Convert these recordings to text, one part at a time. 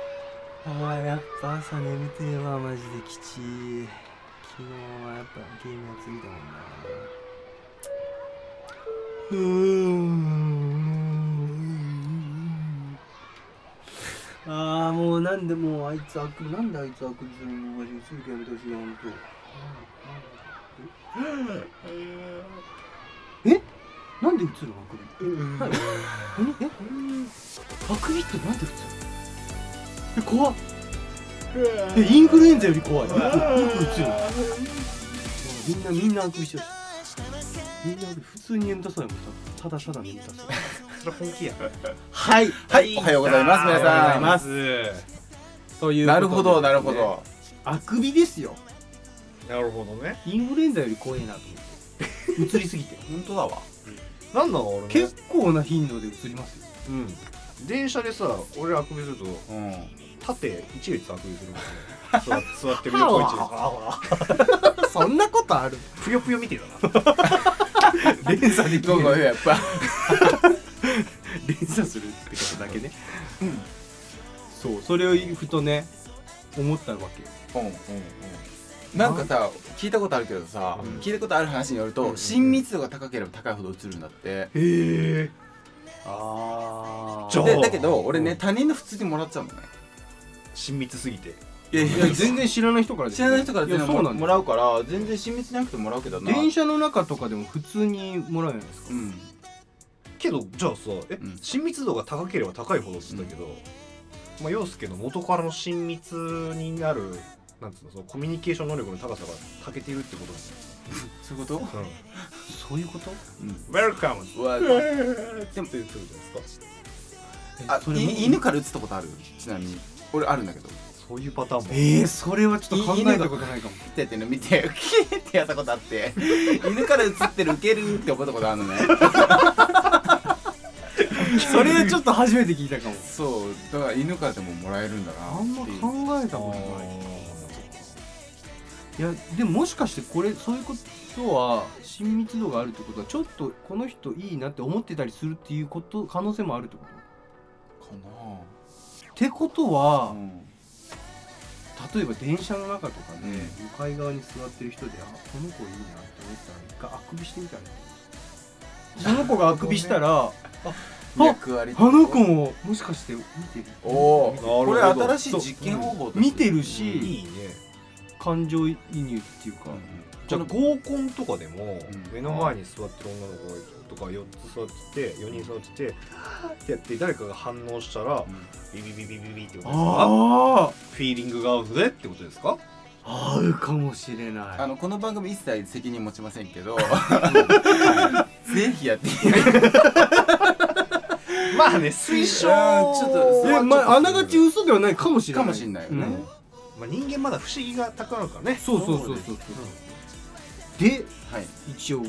あーやっぱ朝眠てえわマジできちい昨日はやっぱゲームやってみたもんなうーんああもうなんでもうあいつ悪なんであいつ悪事するのマジすぐやめてほしいよほんとえなんで映るのあくびええあくびってなんで映るえ怖っえインフルエンザより怖いよくよく映るのみんなみんなあくびしてるみんな普通に眠たそうやもんただただ眠たそうそれ本気やはいはい、おはようございます、お皆はようございまさすといん。うことでなるほど、なるほねど。あくびですよなるほどねインフルエンザより怖いなと思って映りすぎ て本当だわ。なんなの俺ね結構な頻度で映りますようん電車でさ俺あくびするとうん。縦一列あくびするもんね座座ってる横一列 そんなことあるぷよぷよ見てたな連鎖できどうぞ、るやっぱ。連鎖するってことだけねそうそれをふとね思ったわけようん、うん、うん。なんかさ、聞いたことあるけどさ、うん聞いたことある話によるうんうんと、親密度が高ければ高いほど映るんだって。へえあじゃあでだけど、俺うね、ん他人の普通にもらっちゃうのね。親密すぎていやいや全然知らない人から知らない人から全然全然そうなんだもらうから、全然親密じゃなくてもらうけどな。電車の中とかでも普通にもらうじゃないですかうん。けどじゃあさえ、ん親密度が高ければ高いほどっつったけど、まあ、陽介の元からの親密になるなんつうのそのコミュニケーション能力の高さがたけているってことですね、そういうことそういうことうん。ウェルカムうわでもって言ってるじゃないですかあそ、れもい犬から映ったことあるちなみに。俺あるんだけど。そういうパターンもえー、それはちょっと考えたことないかもってやってんの見てウケーってやったことあって犬から映ってるウケるって思ったことあるのねそれはちょっと初めて聞いたかもそうだから犬からでももらえるんだなあんまっていう考えたことないいやでももしかしてこれそういうことは親密度があるってことはちょっとこの人いいなって思ってたりするっていうこと可能性もあるってことってことかなは、うん例えば電車の中とかで、うん向かい側に座ってる人であこの子いいなって思ったら一回あくびしてみたらいいその子があくびしたら、役割あの子ももしかして見てるおおなるほどこれ新しい実験方法として見てるし、いいね感情移入っていうか、うんじゃあ合コンとかでもん目の前に座ってる女の子とか4つ座ってて4人座っててってやって誰かが反応したらビビビビビビってことですかあフィーリングが合うぜってことですかあ合うかもしれないあのこの番組一切責任持ちませんけどぜひやってみてまあね推奨奨ちょっとえまああながち嘘ではないかもしれないかもしんないよねまあ、人間まだ不思議がたくさんあるからねそうそうそうそうそうではい一応調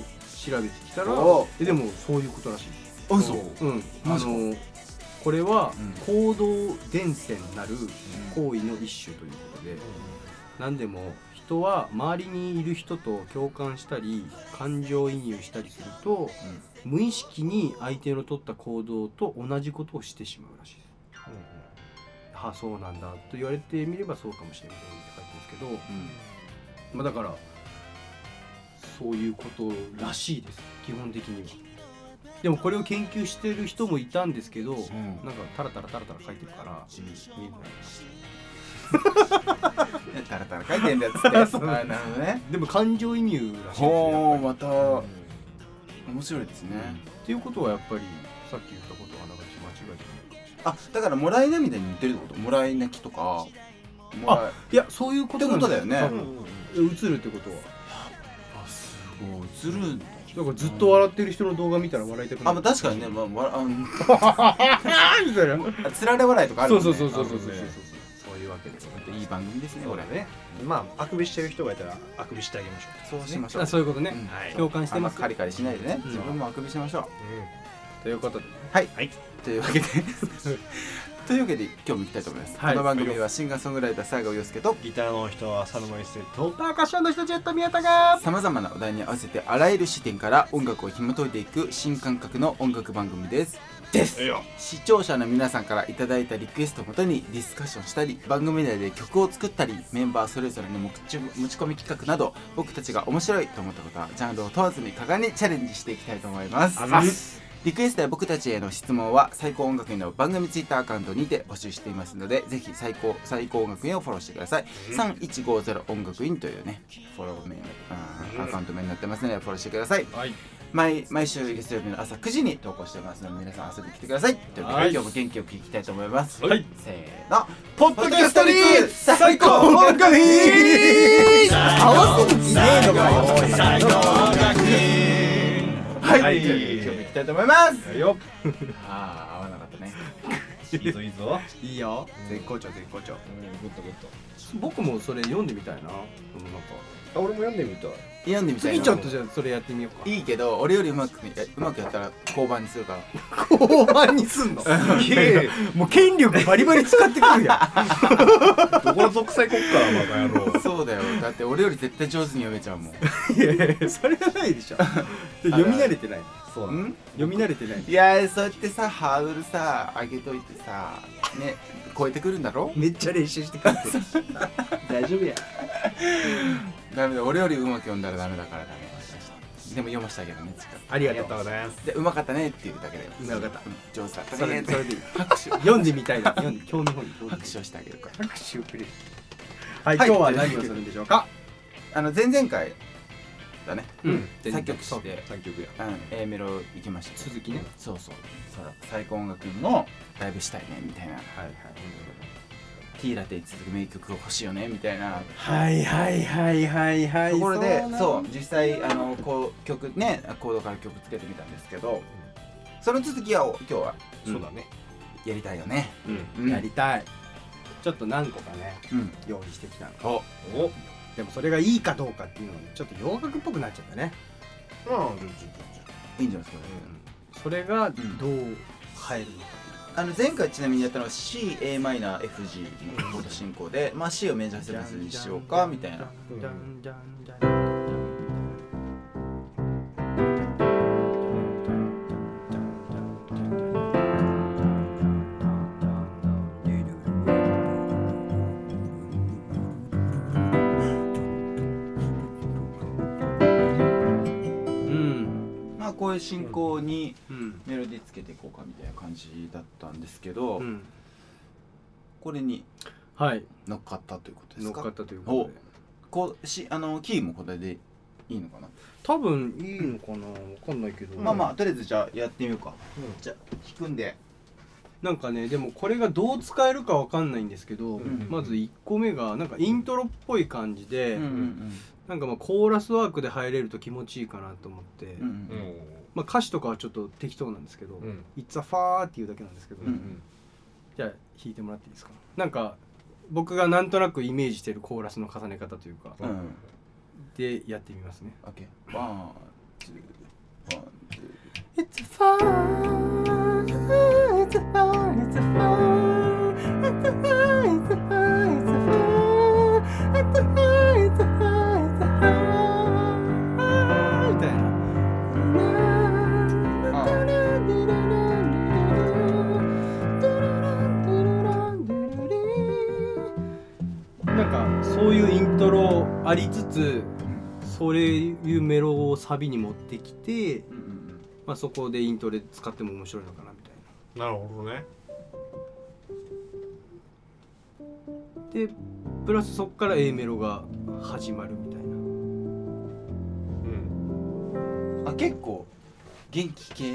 べてきたらおうえでもそういうことらしいあ嘘うんあマジかのこれはうん行動伝染なる行為の一種ということで何でも人は周りにいる人と共感したり感情移入したりすると無意識に相手の取った行動と同じことをしてしまうらしいですあそうなんだと言われてみればそうかもしれませんって書いてますけど、まあ、だからそういうことらしいです基本的にはでもこれを研究してる人もいたんですけど、うんなんかタラタラタラタラ書いてるから見えなタラタラ書いてんだよっつってあなるほどねいでも感情移入らしいですほねうやっまたうん面白いですね、ぱりっていうことはやっぱりさっき言ったことはあながち間違いじゃないかもしれないあだからもらい涙に似てるってこともらい泣きとかもらいやそういうことなんってことだよねうん多分映るってことはあすごいずるんだだからずっと笑ってる人の動画見たら笑いたくなあるまあ確かにねまあわあ うんあみたいなあつられ笑いとかあるそうもんねそうそうそうそうそうそうあるねそういうわけですよねいい番組ですねそこうれだねまああくびしてる人がいたらあくびしてあげましょそうしましょうあそういうことね、うんはい共感してあんまます、カリカリしないでねうん自分もあくびしましょうう、ということでというわけで というわけで今日も行きたいと思いますはいこの番組はシンガーソングライター西郷陽介とギターの人は佐沼一世とパーカッションの人ジェット宮田がさまざまなお題に合わせてあらゆる視点から音楽を紐解いていく新感覚の音楽番組ですですいや視聴者の皆さんからいただいたリクエストをもとにディスカッションしたり番組内で曲を作ったりメンバーそれぞれの持ち持ち込み企画など僕たちが面白いと思ったことはジャンルを問わずに果敢にチャレンジしていきたいと思いますあざっすリクエストや僕たちへの質問は最高音楽院の番組ツイッターアカウントにて募集していますのでぜひ最高最高音楽院をフォローしてください3150音楽院というねフォロー名うんアカウント名になってますのでフォローしてくださいはい毎毎週月曜日の朝9時に投稿してますので皆さん遊びに来てくださいということはでい今日も元気よくいきたいと思いますはいせーのポッドキャストに最高音楽院合わせる気ねえのかよ最高音楽はい、はいということで今日もいきたいと思いますよああ合わなかったねいいぞいいぞいいよ絶好調絶好調グッドグッド僕もそれ読んでみたいなそのなんかあ俺も読んでみたい読んでみたい次なちょっとじゃあそれやってみよう かいいけど俺よりうまくねうまくやったら交番にする から後半にすん のいやいやもう権力バリバリ使ってくるやどこの属性国家だバカ野郎そうだよだって俺より絶対上手に読めちゃうもんんいやいやいやそれはない でしょ読み慣れてないそうなのん読み慣れてないいやーそうやってさハードルさ上げといてさね超えてくるんだろめっちゃ練習してくる 大丈夫やダメだ俺よりうまく読んだらダメだからダメでも読ませてあげるね力ありがとうございますでうまかったねって言うだけだようまかったん上手だったそねれそれでいい拍手を読んでみたいな読んで興味本位拍手をしてあげるから拍手をくれはい、はい今日は何をするんでしょうかあの前々回だねうん作曲して三曲やうん、A メロ行きました続きねそうそうそうだ最高音楽のライブしたいねみたいなはいはいティーラテに続く名曲が欲しいよねみたいなはいはいはいはいはいところでそうう実際あのこう曲ねコードから曲つけてみたんですけどその続きは今日はそうだねやりたいよねううんんやりたいちょっと何個かねうん用意してきたのおおでもそれがいいかどうかっていうのはねちょっと洋楽っぽくなっちゃったねまあじゃあじゃあじゃいいんじゃないですか、それがどう入るのかあの前回ちなみにやったのは CAmFG のコード進行で、まあ、C をメジャーセブンスにしようかみたいなうんまあこういう進行にうんメロディーつけていこうかみたいな感じだったんですけど、うんこれにはい乗っかったということで乗すっかかったということでこうしあのキーもこれでいいのかな、多分いいのかなわかんないけどまあまあとりあえずじゃあやってみようかあうんじゃあ弾くんでなんかねでもこれがどう使えるかわかんないんですけどんまず1個目がなんかイントロっぽい感じうでんうんなんかまあコーラスワークで入れると気持ちいいかなと思ってうんうんうんまあ歌詞とかはちょっと適当なんですけどうん「It's a far」っていうだけなんですけどうんじゃあ弾いてもらっていいですかなんか僕がなんとなくイメージしてるコーラスの重ね方というかうんうんでやってみますね OK ワンツーワンツー It's a fun, it's a fun, it's a fun, it's a fun, it's a fun, it's a fun, it's a fun, it's a fun, it's a fun. みたいななんかそういうイントロありつつそういうメロをサビに持ってきて、うんうんまあ、そこでイントロで使っても面白いのかなみたいなるほどねなでプラスそこから A メロが始まるみたいなうんうんあ結構元気系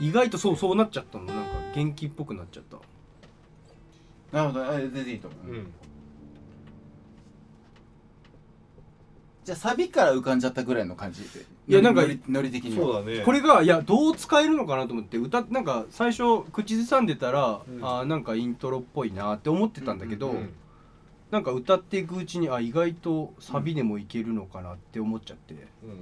意外とそうそうなっちゃったのなんか元気っぽくなっちゃったなるほどあ全然いいと思う、うんじゃあサビから浮かんじゃったぐらいの感じでいやなんかノリノリ的にはそうだねこれがいやどう使えるのかなと思って歌っなんか最初口ずさんでたら、うんあーなんかイントロっぽいなって思ってたんだけど、うんなんか歌っていくうちにあ意外とサビでもいけるのかなって思っちゃって、うんうん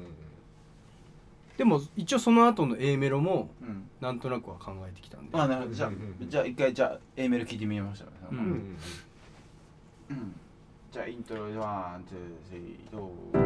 でも一応その後の A メロもうんなんとなくは考えてきたんで、あなるほどじゃあうんうんうんじゃあ一回じゃあ A メロ聞いてみましょうううんんうんうんじゃあイントロワンツースリードう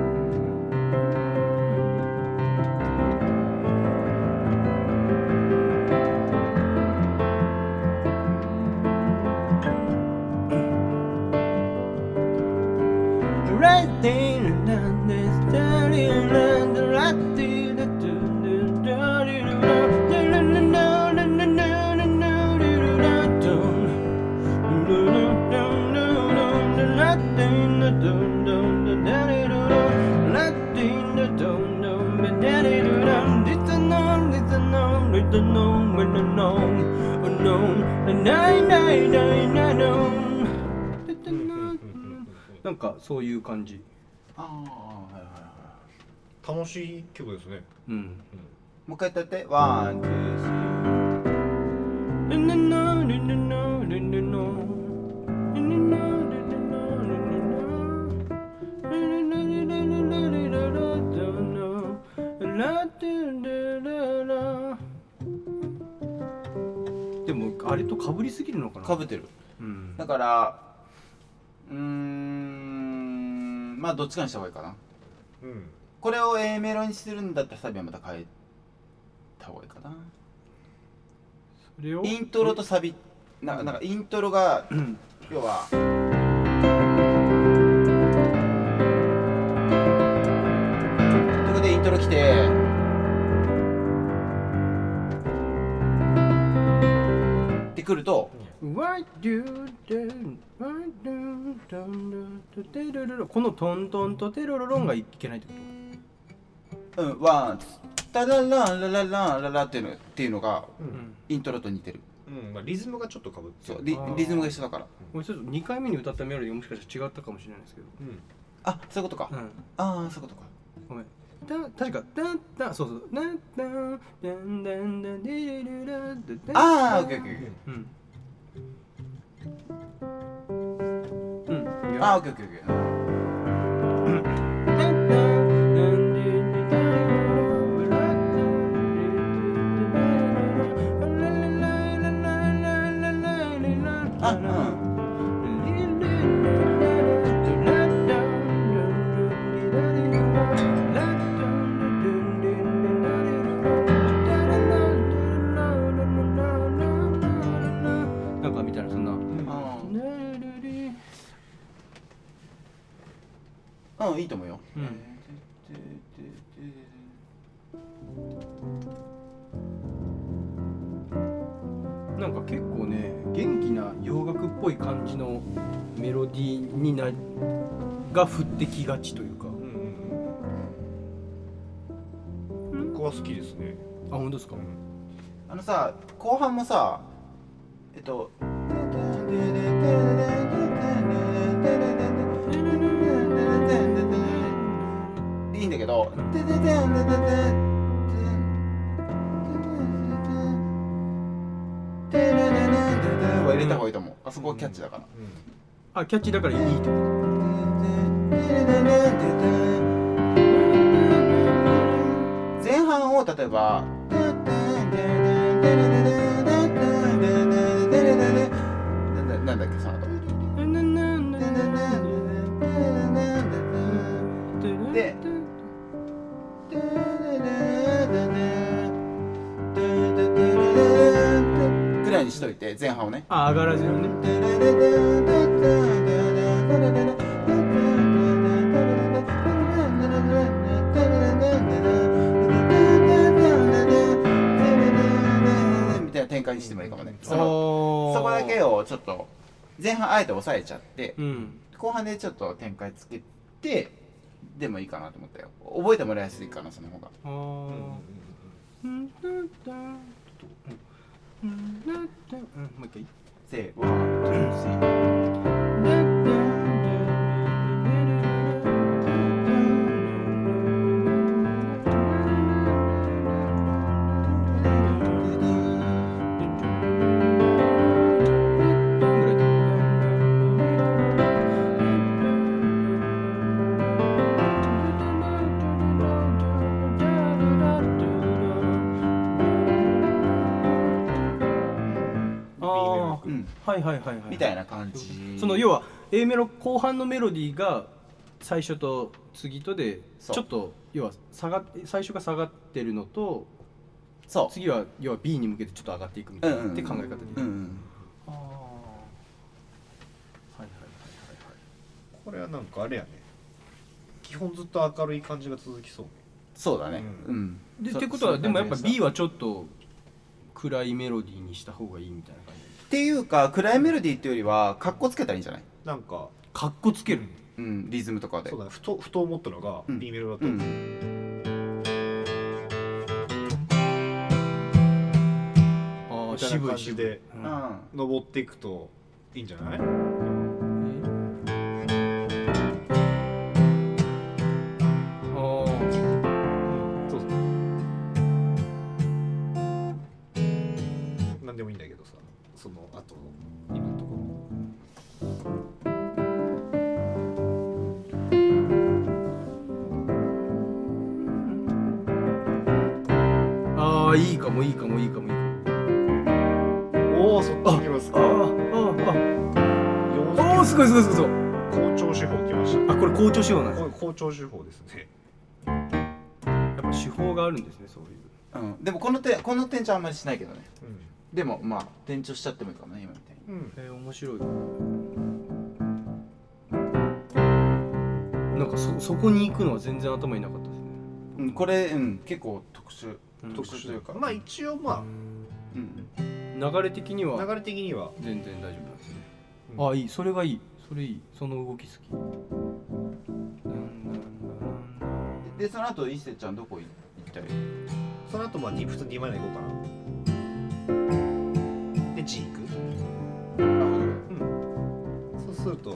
なんかそういう感じああはいはいはい楽しい曲ですね。うんもう一回歌ってワンツースリーでもあれとかぶりすぎるのかなかぶってるうんだからうーんまあどっちかにした方がいいかなうん。これを A メロにするんだったらサビはまた変えた方がいいかなそれをイントロとサビななんかイントロ がうん要はそこでイントロ来てってくると Why do do why do do do do do do do このトントンとテロロロンがいけないってこうんワンツータラララララララっていうのっていうのがう。と、うんん、イントロと似てるうん。まあリズムがちょっと被ってそうる。リあーリズムが一緒だから俺ちょっと2回目に歌ったメロディーがもしかしたら違ったかもしれないですけどうん。あそういうことか、うんああそういうことかごめん。た確か、たたそうそう。だんだんだんだんだんでれれらだだああオッケーオッケーオッケうん。うん。いーやあーオッケーオッケーオッケーだんだんだんでれれらだだあうんなんかみたいなそんなあーうんいいと思うよ、うんなんか結構ね元気な洋楽っぽい感じのメロディーになが降ってきがちというかうんうんうん。僕は好きですね。あ本当ですかうん。あのさ後半もさえっといいんだけどは入れた方がいいと思うあそこはキャッチだからうん。あキャッチーだからいいと前半を例えばなんだなんだっけその後でぐらいにしといて前半をねあ上がらずにねみたいな展開にしてもいいかもね。そのそそこだけをちょっと前半あえて抑えちゃってうん後半でちょっと展開つけてでもいいかなと思ったよ覚えてもらいやすいかなその方があうんうんうんーうんだんだんうんだんだんうんもう一回せーワンツースリーあうーんはいはいはいはいみたいな感じその要は A メロ後半のメロディーが最初と次とでそうちょっと要は下がっ最初が下がってるのとそ次は要は B に向けてちょっと上がっていくみたいなって考え方で、ううんうんあーはいはいはいはいはいこれはなんかあれやね。基本ずっと明るい感じが続きそうねそうだねううんでそってことはそうでもやっぱそういう感じ B はちょっと暗いメロディーにした方がいいみたいな感じっていうか暗いメロディーっていうよりはカッコつけたらいいんじゃないなんかかっこつけるうんリズムとかでそうだねふとふと思ったのがうん B メロだと、うんみたいなああ渋感いじ渋いでううんん登っていくといいんじゃないそうそうああなんでもいいんだけどさその後の今のところああいいかもいいかもいいかもいいかもおおそっち行きますあかーあーあーあーすいごいすごいすごいすごい校長手法来ましたあこれ校長手法なんですこれ校長手法ですねやっぱ手法があるんですねそういううんでもこの点この転調あんまりしないけどねうでもまあ転調しちゃってもいいかもね今みたいにん、うん、えー、面白いなんかそそこに行くのは全然頭になかったですねうんこれうん結構特殊うん特殊というかまあ一応まうん流れ的にあは流れ的には全然大丈夫なんですね、うんあいいそれがいいそれいいその動き好きでその後伊勢ちゃんどこ行ったりその後まあ D 普通に D マイナー行こうかなで G 行くそうすると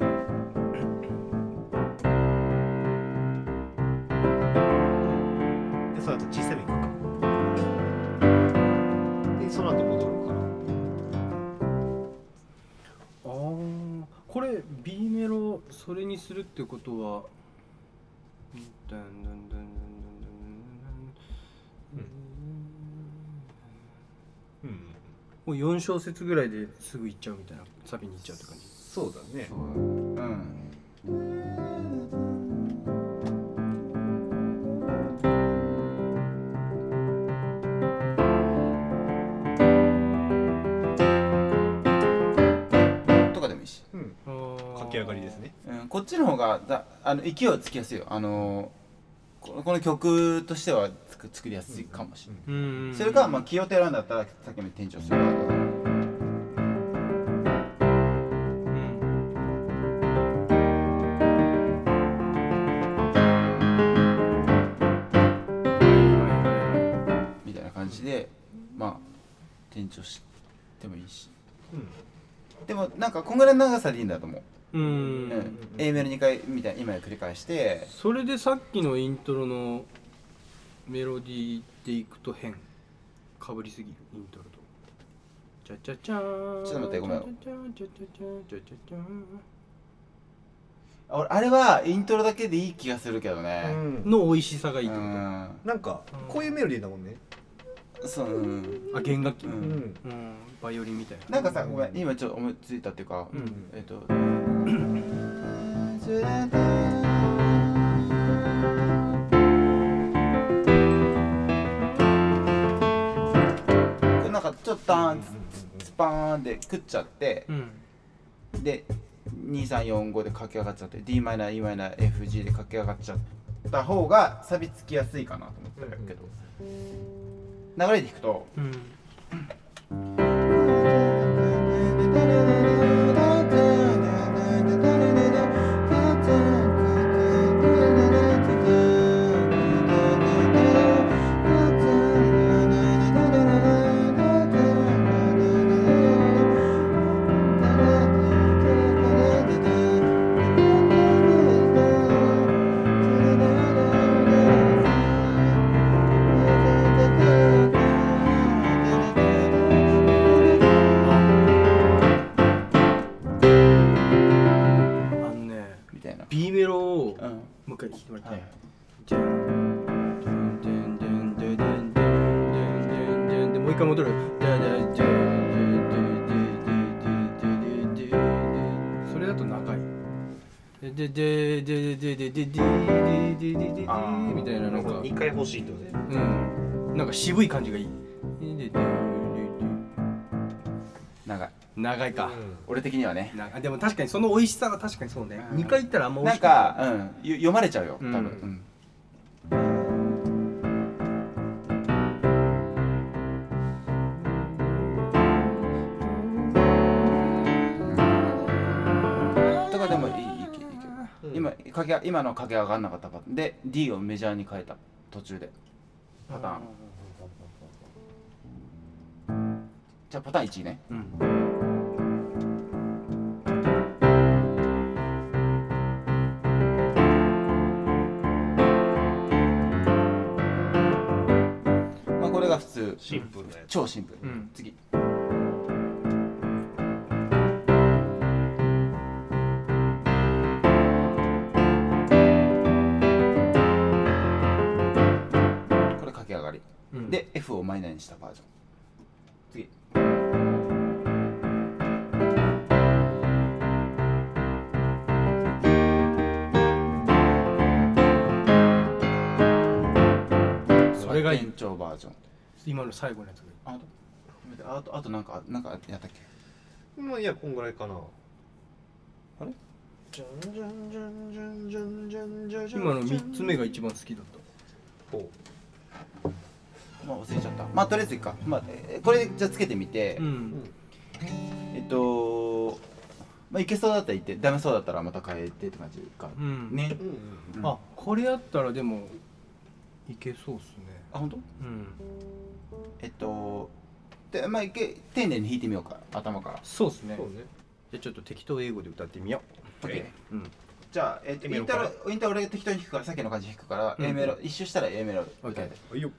でその後 G7 行くかでその後戻るかなあーこれ B メロそれにするってことはうんもう4小節ぐらいですぐ行っちゃうみたいなサビに行っちゃうって感じそうだねそううんとかでもいいし、うん駆駆け上がりですねうん、こっちの方がだあの勢いはつきやすいよあのーここの曲としてはつく作りやすいかもしれない、うんうんうんそれか、まあ、気を手選んだったらさっきの店長するからうんみたいな感じで、まあ転調してもいいしうんでもなんかこんぐらいの長さでいいんだと思う、うんううんん、A メロ2回みたいな今繰り返してそれでさっきのイントロのメロディーでいくと変かぶりすぎるイントロとちゃちゃちゃーんちょっと待ってごめんちゃちゃちゃちゃちゃちゃちゃーあ俺あれはイントロだけでいい気がするけどうねんんの美味しさがいいってこなんかこういうメロディーだもんねうんそう、うん、とあ弦楽器ううんん、うんバイオリンみたいななんかさごめん今ちょっと思いついたっていうか、うんえっ、とこれなんかちょっとダーンスパーンで食っちゃってうんで2345で駆け上がっちゃって d マイナー e マイナー f g で駆け上がっちゃった方が錆びつきやすいかなと思ったけど、流れで弾くとうん 아, あのねみたいな。 B メロをうんもう一回聴いてもらいた、はいいじゃんじゃんじゃんじゃんじゃんじゃんじゃんじゃんじゃんでもう一回戻るじゃんじゃんじゃんじゃんじゃんじゃんじゃんじゃんじゃんじゃんじゃんじゃんそれだと長いでででででででででででででみたいななんか2回欲しいってことねうんなんか渋い感じがいい長い。長いか、俺的にはねなでも確かにその美味しさは確かにそうね、うん二2回行ったらあんま美な味んしくないか、うん、よ読まれちゃうよ多分、ううんんとかでもいいいいいいけどうん今かけ今のかけ上がんなかったパターンで D をメジャーに変えた途中でパターンじゃあパターン1ねうんまあこれが普通シンプルなやつ超シンプル、うん次これ駆け上がり、うんで F をマイナーにしたバージョン次それがいい延長バージョン今の最後のやつがいいあとあとあとなんかなんかやったっけまあいやこんぐらいかなあれじゃんじゃんじゃんじゃんじゃんじゃんじゃんじゃん今の3つ目が一番好きだっほまあ忘れちゃったまあとりあえずいいか、まあ、えーこれじゃあつけてみて、たうんえっとまあいけそうだったらいってダメそうだったらまた変えてって感じか、うん、ねう、うんうんうんあこれやったらでもいけそうっすねあ本当うんえっとでまあいけ丁寧に弾いてみようか頭からそうっすねそうねじゃあちょっと適当英語で歌ってみよ OK ううんじゃあ、えっと、イメロンタロインタロ俺適当に弾くからさっきの感じ弾くから、うん A メロ一周したら A メロ歌えて、はいよ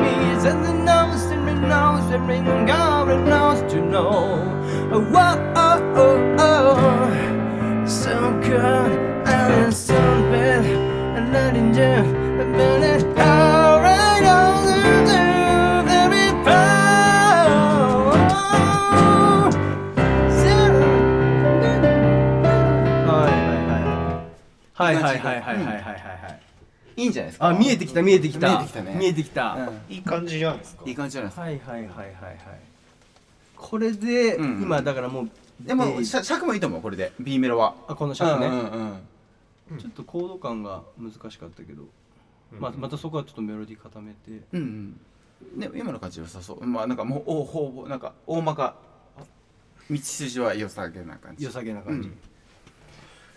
Oh, はいいはいいはいいはいいはいはいいははははいははいいいんじゃないですかあ見えてきた見えてきた見えてきたね見えてきた、うんいい感じじゃないですかいい感じじゃないですかはいはいはいはいはいこれで、うん今だからもうでも、えーしゃ尺もいいと思うこれで B メロはあこの尺ね、うんうんうんちょっとコード感が難しかったけど、うんまあ、またそこはちょっとメロディー固めてうんうんでも今の感じ良さそうまあなんかもうおほぼなんか大まか道筋は良さげな感じ良さげな感じ、うん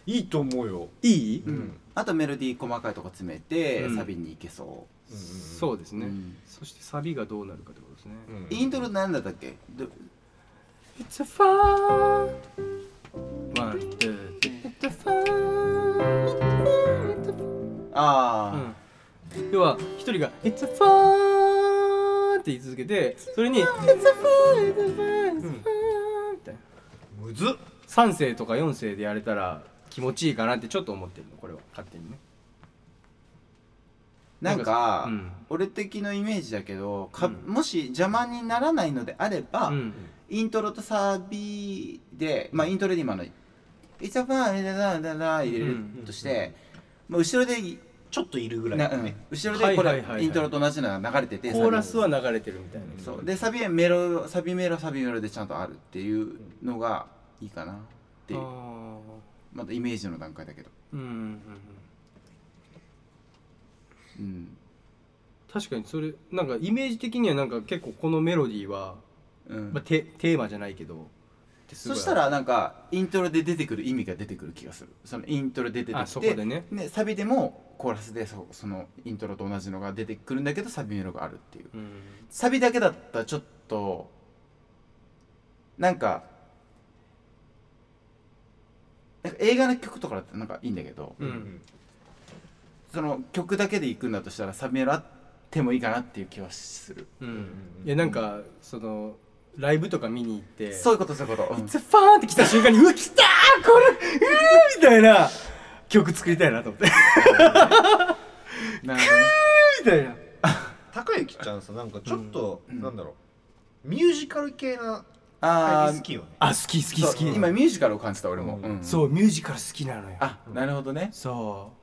いいと思うよいい、うんあとメロディー細かいとこ詰めて、うんサビに行けそうんそうですう、ね、うんそしてサビがどうなるかってことですね、うんイントロなんだったっけど It's a fun One, two, three あうん要は一人が「It's a fun」って言い続けてそれに「It's a fun, it's a fun, it's a fun」みたいなむずっ3世とか4世でやれたら気持ちいいかなってちょっと思ってるのこれは勝手にねあ、なんか、うん俺的のイメージだけどか、うんもし邪魔にならないのであれば、うんイントロとサビでまあイントロに今の「いつばいだだだだ」入れるとして、まあ、後ろでちょっといるぐらいなだうねん、後ろでこはいれはいはいはいイントロと同じのが流れててコーラスはサ流れてるみたいなビそうでサビはメロサビメロサビメロでちゃんとあるっていうのがいいかなっていうあまだイメージの段階だけど、ーうんうんうんうん確かにそれなんかイメージ的にはなんか結構このメロディーは、うんまあ、テテーマじゃないけどってすごそいしたらなんかイントロで出てくる意味が出てくる気がするそのイントロで出てあきそてこでねサビでもコーラスでそそのイントロと同じのが出てくるんだけどサビメロがあるっていううんサビだけだったらちょっとなんかなんか映画の曲とかだってなんかいいんだけど、うんうんその曲だけで行くんだとしたらサビメロあてもいいかなっていう気はする、うんいやなんかそのライブとか見に行ってそういうことそういうこと、 うんザファーンって来た瞬間 に「うわ来たーこれうー」みたいな曲作りたいなと思って なるほどねみたいな高之ちゃんさなんかちょっと、なんだろうミュージカル系なあ感ーじ好きよねあ好き好き好そうき今ミュージカルを感じた俺も、うんうんそうミュージカル好きなのよあなるほどねそ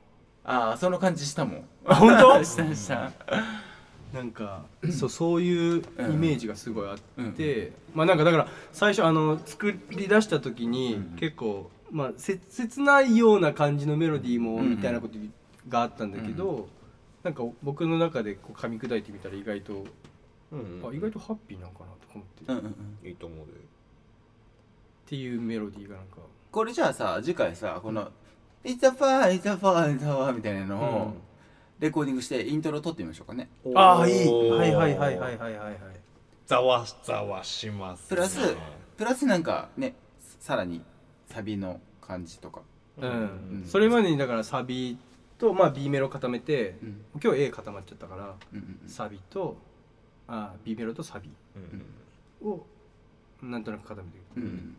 ああその感じしたもんうあ本 当したしたなんかそうそういうイメージがすごいあって、まあなんかだから最初あの作り出した時にうん結構、まあ、せ切ないような感じのメロディーもうんみたいなことがあったんだけど、なんか僕の中でこう噛み砕いてみたら意外と、うんあ意外とハッピーなんかなとか思って、うんっうんうんいいと思うでていうメロディーがなんかこれじゃあさ次回さこの「It's a fire, it's a fire, it's a fire」みたいなのうをんレコーディングしてイントロ撮ってみましょうかねああいいはいはいはいはいはいはいはいざわざわしますねプラスプラスなんかねさらにサビの感じとかうん、うんそれまでにだからサビと、まあ、B メロ固めて、うん今日 A 固まっちゃったからうんうんうんサビとあ B メロとサビうんをなんとなく固めていくうんうん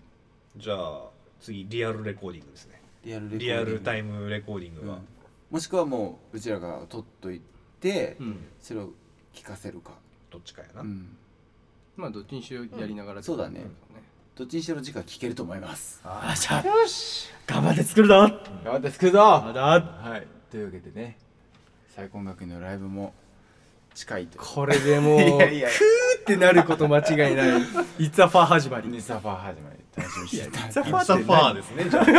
じゃあ次リアルレコーディングですねリアルレコーディングリアルタイムレコーディンうグはんもしくはもううちらが撮っといてうんそれを聞かせるかどっちかやな、うんまあどっちにしろやりながら、そうだねどっちにしろ次回聞けると思いますああじゃあよし頑張って作るぞ頑張って作るぞまだはいというわけでね最高音楽のライブも近いとこれで もういやいやクーってなること間違いない「いつァファー始まり」ニサファー始まり楽しみにしてた ザファイーンっスタてファー何ですねじゃあ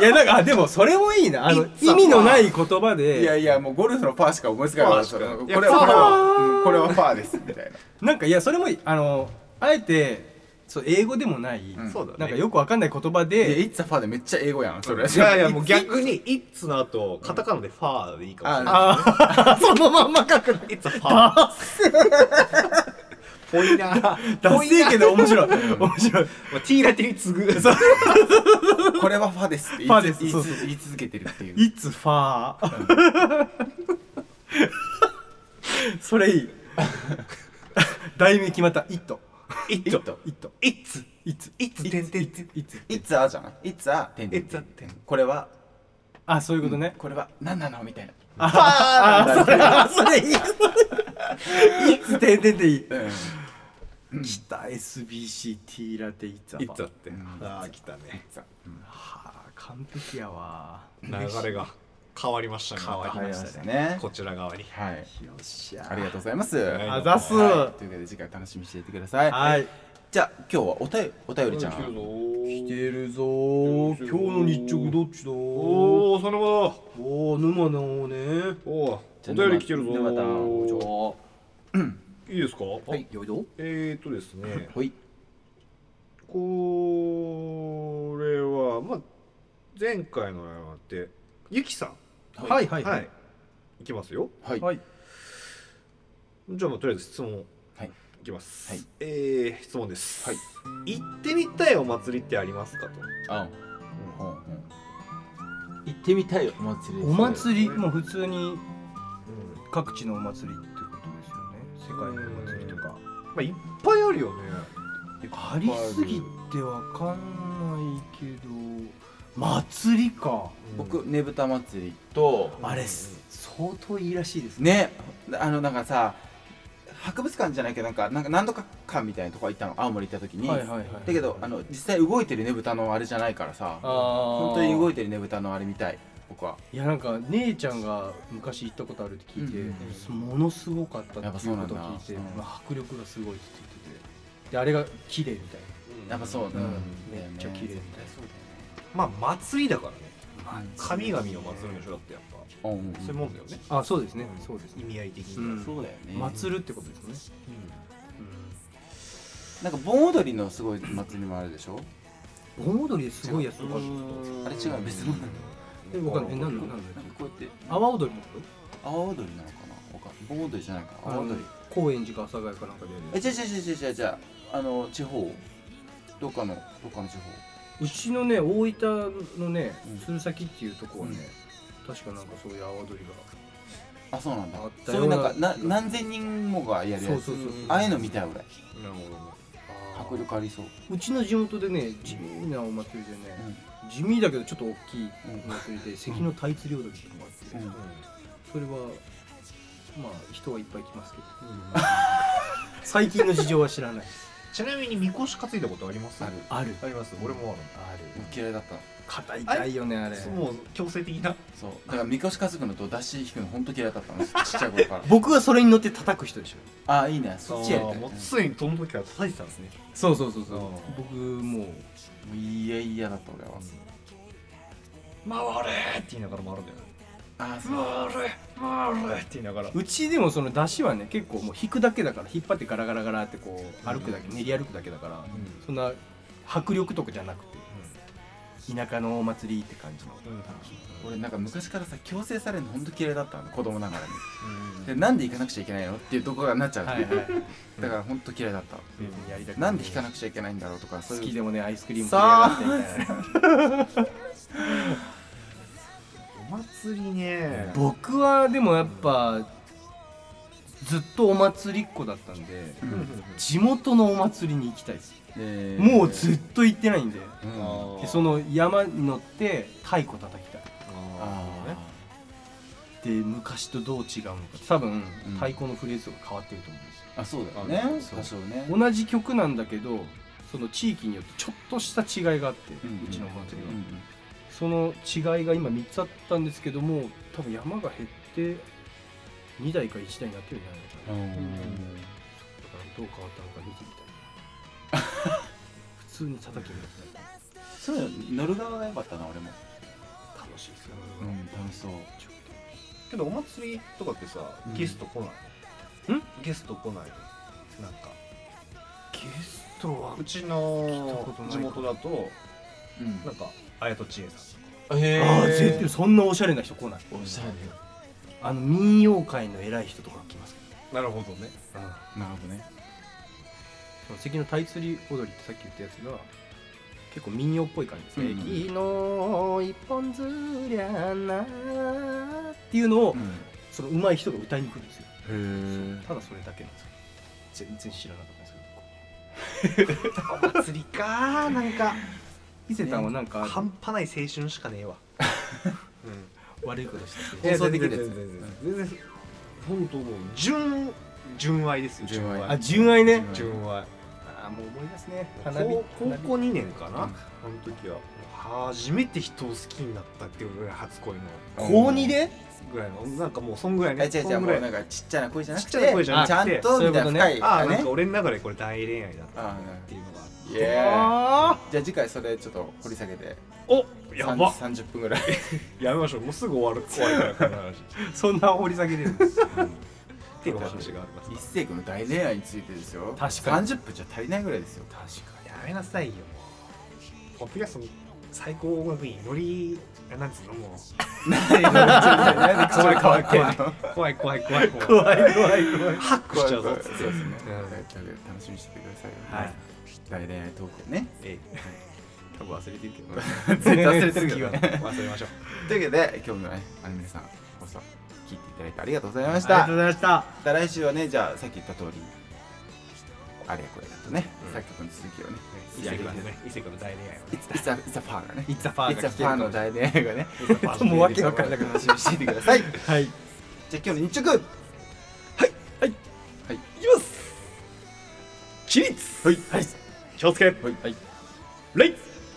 いやなんかあでもそれもいいなあザのファー意味のない言葉いやでいやもうゴルフのパーしか思いつかなかったそれパーこしかれはこれいやは、うんこれはパーですみたいななんかいやそれもいいあのあえてそう英語でもない、んそうだねなんかよくわかんない言葉いや、でイッツァファーでめっちゃ英語や ん、それ。いやいやもう逆に「イッツ」の後カタカナで「ファー」でいいかもしれないあそのまんま書く「イッツ」「ファー」ぽいなまダッセーけど面白い面白いあ T ラテに次ぐこれはファですってファです言いそう続そう言い続けてるっていう。いつファー それいい題名決まった「イット」 「イッツ」 「イット」 「イッツ」 「イッツ」 「イッツ」「てんてんてん」 「イッツイッツァーじゃん。イッツァー、てんてんてんてん。これは、」あそういうことね、これは、何なのみたいな。あそれあそれいいいつてんてんてんいい北 SBCT ラテイツいつだァってああ来たねはあ完璧やわ流れが変わりましたね変わりありままししたたね。こちら側にはい。よっしゃありがとうございます。いあざっすははいというわけで、次回楽しみにしていてください。いじゃあ、今日はおたよお便りちゃん。来てるぞー今日の日直どっちだおおおその後おー沼の方ねおおお便り来てるぞ沼田こんにちいいですかはいよいどえーっとですね ほい。これはまあ前回のライブあってゆきさはいはんいはいいいきますよはい。はいじゃあまあとりあえず質問はいいきます、はいえー、質問です、はい行ってみたいお祭りってありますかとあ、ほんほん行ってみたいお祭りお祭りもう普通に各地のお祭りってことですよね世界のお祭りとかまあいっぱいあるよねありすぎてわかんないけど祭りか僕、ねぶた祭りと、あれす相当いいらしいですねねあのなんかさ博物館じゃないけどなんかなんか何度か館みたいなとこ行ったの青森行った時に、はいはいはいだけどあの実際動いてるねぶたのあれじゃないからさ本本当に動いいてるねぶたのあれみたい僕はいやなんか姉ちゃんが昔行ったことあるって聞いて、うんものすごかったやっっぱてそいううなこんだとを聞いて、うんまあ、迫力がすごいって言っててであれが綺麗みたいやっぱそう、な、うんめっちゃ綺麗みたいまあ祭りだからねな、神々を祭るんでしょだってやっぱうんうんそういうもんだよね、あそうですね、そうです意ね味合い的に、うんそうだよね祭るってことですね、なんか盆踊りのすごい祭りもあるでしょうん、盆踊りですごいやつとかあるあれ違う別のなのえわかんないえ何の何のなんかこうやって阿波踊りのこと阿波踊りなのかなわかんない盆踊りじゃないか阿あ波の踊り高円寺か阿佐ヶ谷かなんかでやるえ違う違う違う違う違うあの地方どっかのどっかの地方うちのね大分のねうん鶴崎っていうとこはね、確かなんかそういう阿波踊りがあそうなんだあったそういよううななんかな何千人もがやるやつそうそうそうああいうの見たい俺なるほどね迫力ありそう、うちの地元でね地味なお祭りでうね、ん地味だけどちょっと大きいうんお祭りで関の大釣り踊りっていうのがあって、うんそれはまあ人はいっぱい来ますけど最近の事情は知らないちなみにみこし担いだことありますあるあるあります俺もある嫌いだったの肩痛いよねああれるもう強制的なそうだからみこし担ぐのと出し引くの本当嫌いだったのちっちゃい頃から僕はそれに乗って叩く人でしょああいいねそっちやりたい、ももうついにその時から叩いてたんですねそうそうそうそうう僕もうういやいやだった俺は、回れーって言いながら回るんだよねああそう回れ回れって言いながらうちでもその出汁はね結構もう引くだけだから引っ張ってガラガラガラってこう歩くだけ、練り歩くだけだから、そんな迫力とかじゃなくて田舎のお祭りって感じの、うんうん俺なんか昔からさ強制されるの本当嫌いだったの子供ながらにうんでなんで行かなくちゃいけないのっていうところがなっちゃう、はいはいはいだから本当嫌いだった、うんやりたくなんで引かなくちゃいけないんだろうとかそう好いうきでもねアイスクリーム食いやがってみたいなお祭りね僕はでもやっぱずっとお祭りっ子だったんでううんん地元のお祭りに行きたいです、えーもうずっと行ってないんでうんああでその山に乗って太鼓叩きたいあで昔とどう違うのか多分うん太鼓のフレーズが変わってると思うんですよ、あそうだよねそう多少ね同じ曲なんだけどその地域によってちょっとした違いがあって、うちのお祭りは、その違いが今3つあったんですけども多分山が減って2台か1台になってるんじゃうないのかな、んうんだからどう変わったのか見てみたい 普通に叩きに行きたいそうだよ乗る側が良かったな俺も楽しいですよ、うん楽しそうちょっとけどお祭りとかってさうんゲスト来ないんゲスト来ないなんかゲストはうちたのことない地元だとうんなんか綾戸知恵さんへああ絶対そんなおしゃれな人来ないおしゃれよあの民謡界の偉い人とか来ますなるほどねうんなるほどねその関のタイ釣り踊りってさっき言ったやつが結構民謡っぽい感じですねうんうん「の一本ずりゃな」っていうのを、その上手い人が歌いに来るんですようんへえただそれだけなんですよ全然知らなかったんですけど僕お祭り かーなんか伊勢丹はなんか半端ない青春しかねえわうん悪いことしたえけ放送できるやつ全然全然本当もう純純愛ですよ純愛あ純愛ね純愛あーもう思い出すね花火高高花校火2年かうなんあの時は初めて人を好きになったっていうぐらい初恋の高2でぐらいのなんかもうそんぐらいあね違う違そうんもぐらういなんかちっちゃな声じゃなくてちっちゃな声じゃなくてあちゃんとみたいな深いああねなんか俺の中でこれ大恋愛だったあっていうのがあっーイエーイあじゃあ次回それちょっと掘り下げてておやば三十分ぐらいやめましょうもうすぐ終わる終わるからこの話っーそんな掘り下げれるんですていうお話があります一世紀の大恋愛についてですよ確かに三十分じゃ足りないぐらいですよ確かやめなさいよもうポッドキャストの最高音楽院よりなんつうのもう なんで口調変わってんの怖い怖い怖い怖い怖い怖い怖いハックしちゃうぞそうですねうん楽しみにしててくださいよはい大恋愛トークをねええ多分忘れてるけ ど絶対忘れてるけどね忘れましょうというわけで今日のねあの皆さん放送聞いていただいてありがとうございましありがたとうございましたまた来週はねじゃあさっき言った通りあれやこれだとね、さっきの続きをね異性間のね異性間の大恋愛をいついついつファーがねいいつはパーつファーの大恋愛がねの もうわけわかんなくな楽るし みにしていてくださいじゃはいあ今日の日直はいはいはいいきます起立はいはい気をつけはいレはいイあり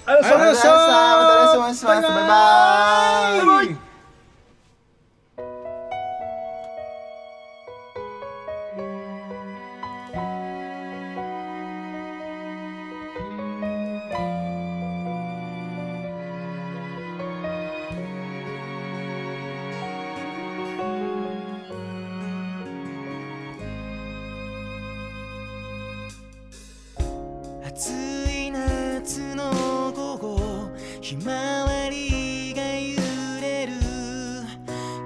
ありがとうございましたまた来週お会いしますバイバーイイ暑い夏の午後ひまわりが揺れる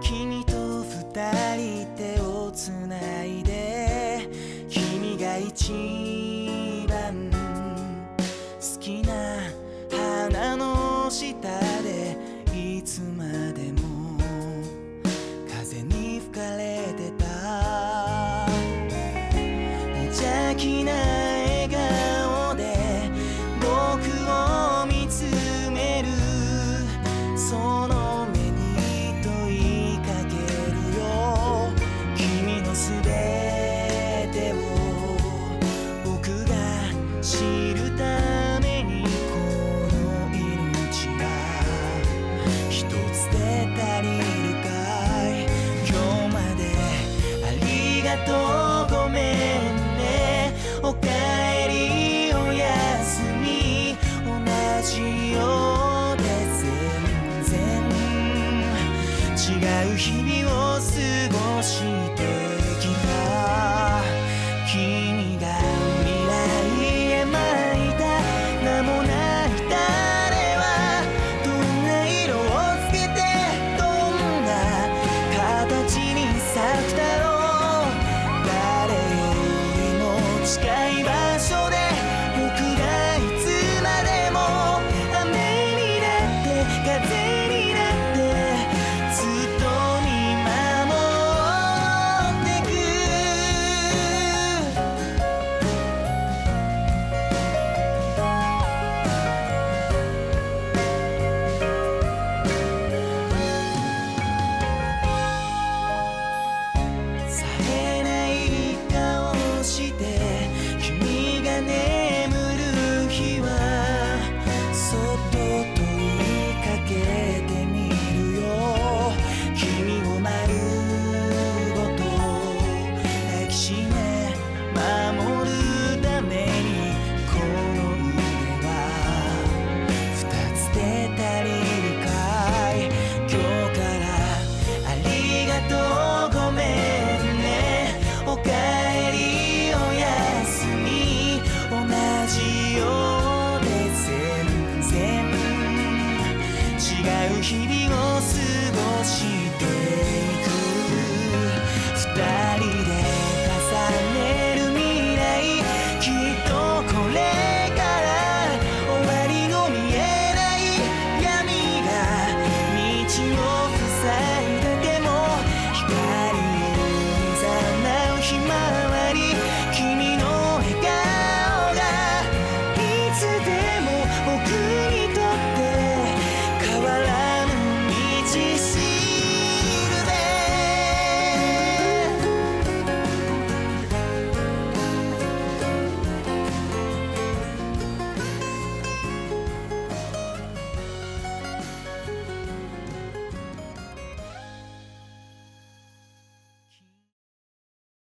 君と二人手をつないで君が一番好きな花の下でいつまでも風に吹かれ知るためにこの命が一つで足りるかい今日までありがとうごめんねおかえりおやすみ同じようで全然違う日々を過ごしてきた君が未来へ巻いた名もない誰はどんな色をつけてどんな形に咲くだろう誰よりも近い場所で僕がいつまでも雨になって風になってずっと見守ってくさえない顔して君が眠る日はそっと問いかけてみるよ君を丸ごと抱きしめ守るためにこの腕は二つで足りるかい今日からありがとうごめんねおかえりおやすみ同じようで全然違う日々を過ごしていく二人で重ねる未来きっとこれ